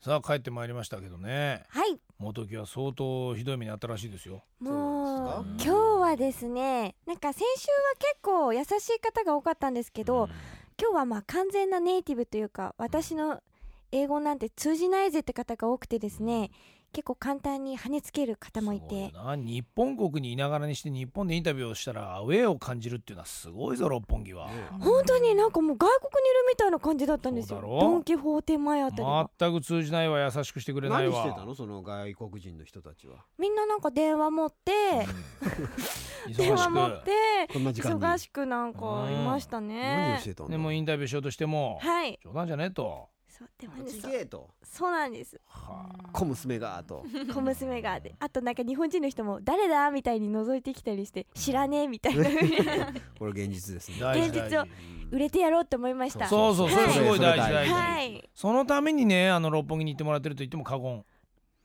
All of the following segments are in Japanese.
さあ帰ってまいりましたけどねはい元木は相当ひどい目にあったらしいですよもそううなんですか今日はですねなんか先週は結構優しい方が多かったんですけど、うん今日はまあ完全なネイティブというか私の英語なんて通じないぜって方が多くてですね結構簡単に跳ねつける方もいそうよてな日本国にいながらにして日本でインタビューをしたらアウェーを感じるっていうのはすごいぞ六本木は、本当になんかもう外国にいるみたいな感じだったんですよそうだろドン・キホーテ前あたりが全く通じないわ優しくしてくれない何しわてたのその外国人の人たちはみんななんか電話持って 電話持忙っしてこんな時間に忙しくなんかいました何をねしてたくんでだもインタビューしようとしても、はい冗談じゃねえと、そうでもあねちそげえとそうなんですはあ小娘がと 小娘がであとなんか日本人の人も誰だみたいに覗いてきたりして知らねえみたいな これ現実ですね大事現大実を事売れてやろうって思いましたそうそうそれすごい大は事い大事、はいそのためにねあの六本木に行ってもらってると言っても過言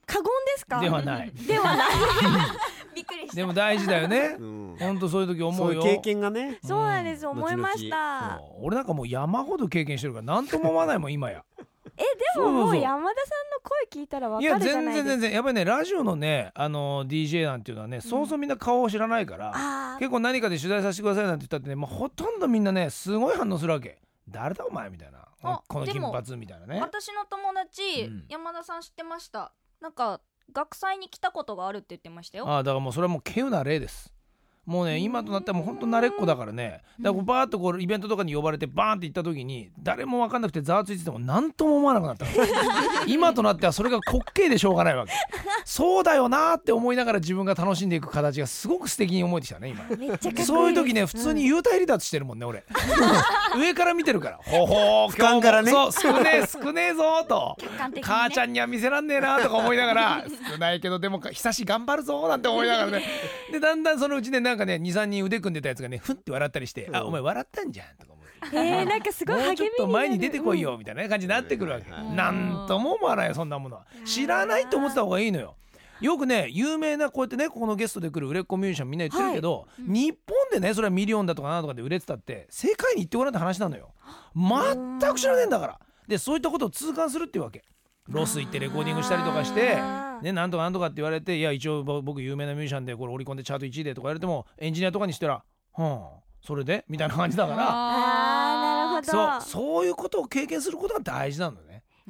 過言ですかでは ないでは ないびっくりした。でも大事だよ ねうんほんとそういう時思そうういよう経験がねそうなんです々思いましたそう俺なんかもう山ほど経験してるから何とも思わないもん 今やえでももう山田さんの声聞いたらわいかやるじゃ全ないで然す全然やっぱりねラジオのねあの DJ なんていうのはねそうそうみんな顔を知らないから、あー結構何かで取材させてくださいなんて言ったってね、まあ、ほとんどみんなねすごい反応するわけ誰だお前みたいなあこので金も髪みたいなね私の友達、うん山田さん知ってました。なんか学祭に来たことがあるって言ってましたよ。ああだからもうそれはもう稀有な例ですもうね今となってはもうほんと慣れっこだからねだからこうバーッとこうイベントとかに呼ばれてバーンって行った時に誰も分かんなくてざわついてても何とも思わなくなったの今となってはそれが滑稽でしょうがないわけそうだよなーって思いながら自分が楽しんでいく形がすごく素敵に思えてきたね今めっちゃかっこいいそういう時ね普通に幽体離脱してるもんね俺上から見てるからほほー俯瞰からね今日もそう少ねえ少ねえぞーと客観的に、ね。母ちゃんには見せらんねえなとか思いなが ら少ないけどでもか久し頑張るぞなんて思いながらねでだんだんそのうちねなんかね23人腕組んでたやつがねふんって笑ったりして「あお前笑ったんじゃん」とか思う。えーなんかすご いも励うちみょっとになる前に出てこいよみたいな感じになってくるわけ、はいはいなんとも思わないよそんなものは知らないと思ってた方がいいのよよくね有名なこうやってねここのゲストで来る売れっ子ミュージシャンみんな言ってるけど、日本でねそれはミリオンだとかなんとかで売れてたって世界に行ってごらんって話なのよ全く知らねえんだからでそういったことを痛感するっていうわけロス行ってレコーディングしたりとかしてあーね、なんとかなんとかって言われて「いや一応ぼ僕有名なミュージシャンでこれオリコンでチャート1位で」とか言われてもエンジニアとかにしたら「はあそれで?」みたいな感じだからあーなるほそどうそういうことを経験することが大事なんだね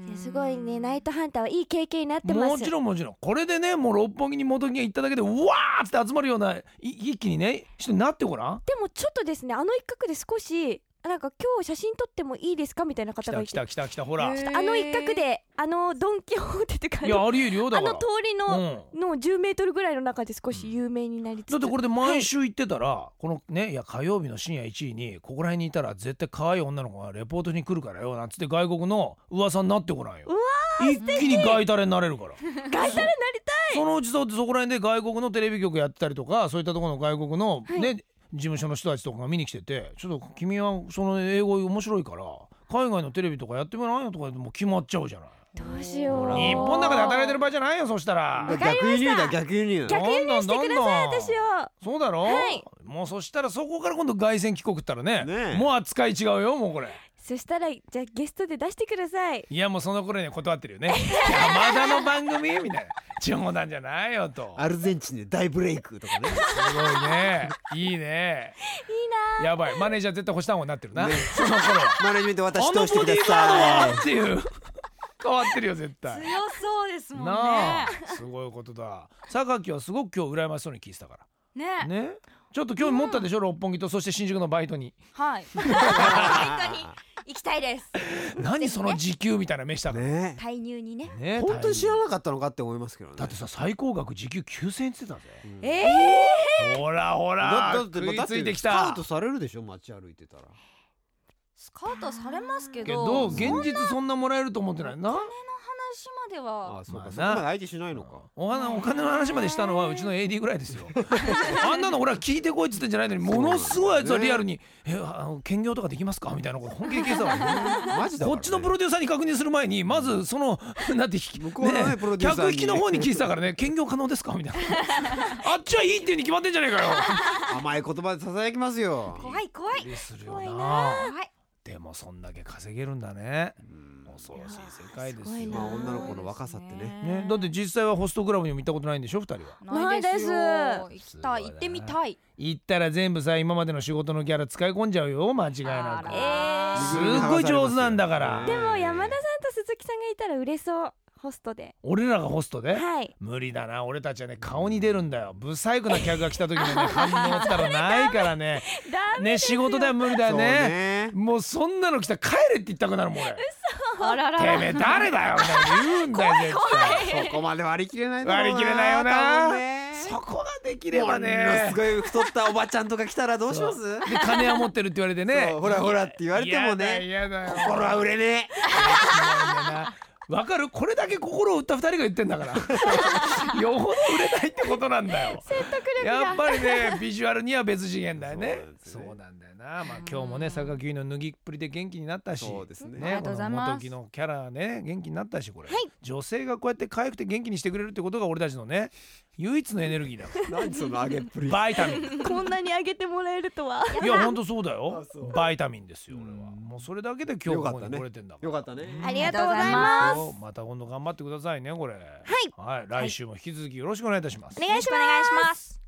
いやすごいねナイトハンターはいい経験になってますもちろんもちろんこれでねもう六本木に元木が行っただけでうわーって集まるようない一気にね人になってごらんでもちょっとですねあの一角で少しなんか今日写真撮ってもいいですかみたいな来方がたい来てた来た来たほらへーあの一角であのドン・キホーテとかいやありえるよあだかのら通りの、うんの10メートルぐらいの中で少し有名になりつつ、だってこれで毎週行ってたら、このねいや火曜日の深夜1位にここら辺にいたら絶対可愛い女の子がレポートに来るからよなんつって外国の噂になってごらんようわ一気に外タレになれるからガイタレなりそのうちそうそこら辺で外国のテレビ局やってたりとかそういったところの外国のはいね、事務所の人たちとかが見に来ててちょっと君はその英語面白いから海外のテレビとかやってみないよとか言ってもう決まっちゃうじゃないどうしよう日本の中で働いてる場合じゃないよそしたら逆輸入だ逆輸入逆輸入どんどんしてくださいどんどん私をそうだろ、はいもうそしたらそこから今度凱旋帰国ったらねねえもう扱い違うよもうこれそしたらじゃあゲストで出してくださいいやもうその頃には断ってる よね山田の番組みたいな冗談じゃないよとアルゼンチンで大ブレイクとかねすごいねいいねいいなやばいマネージャー絶対干した方になってるな、その頃はマネジメント私あの通してボくデだィーガーさドはっていう変わってるよ絶対強そうですもんね。なあすごいことだ榊はすごく今日羨ましそうに聞いてたかねらねちょっと興味持ったでしょ、六本木とそして新宿のバイトにはい。本当に行きたいです。何その時給みたいな目したいのねね介入にね。ね本当に知らなかったのかって思いますけどねだってさ最高額時給9000円って言ってうんえたぜほらほら食いついてきスカたウトされるでしょ街歩いてたらスカウトされますけけど、どそん現な話実そんなもらえると思ってないなまではあそうまあかなそこまで相手しないのかお花お金の話までしたのはうちの AD ぐらい ですよあんなの俺は聞いてこいっつってんじゃないのにものすごいあいつはリアルに「えあの兼業とかできますか?」みたいなこと本気で聞いてたわ マジだからこねっちのプロデューサーに確認する前にまずその なんて引き向こうのねプロデューサー客に引きの方に聞いてたからね兼業可能ですかみたい なあっちはいいっていうに決まってんじゃねえかよ甘い言葉でささやきますよ怖い怖い。びっくりするよ怖いな怖い。でもそんだけ稼げるんだねうんもう恐ろしい世界ですよいやーすごいまあな女の子の若さってねね、だって実際はホストクラブにも行ったことないんでしょ二人はないですよない行きたい行ってみたい行ったら全部さ今までの仕事のギャラ使い込んじゃうよ間違いなあくらえーすっごい上手なんだからでも山田さんと鈴木さんがいたら売れそうホストで俺らがホストで はい無理だな俺たちはね顔に出るんだよ不細工な客が来た時の ね反応ったらないからねダメね仕事では無理だだよねね もうそんなの来たら帰れって言ったくなるもん俺あららてめえ誰だよみたいな言うんだよ絶対そこまで割り切れないだろうな割り切れないよな多分ねそこができればねものすごい太ったおばちゃんとか来たらどうしますで金は持ってるって言われてね そうほらほらって言われてもね嫌だ嫌だよ心は売れねわかるこれだけ心を打った二人が言ってんだから よほど売れないってことなんだよやっぱりねビジュアルには別次元だよねそそううなんだよなまあ今日もね榊優衣の脱ぎっぷりで元気になったえしそうですねありがとうございますこの元木のキャラね元気になったしこれ、はい女性がこうやって可愛くて元気にしてくれるってことが俺たちのね唯一のエネルギーだから何その上げっぷりバイタミンこんなに上げてもらえるとはいやほんとそうだよあそうバイタミンですよ俺はうんもうそれだけで今日よかここったにね来れてんだからよかったねありがとうございますそうまた今度頑張ってくださいねこれはいはい来週も引き続きよろしくお願いいたしますお願いしますお願いします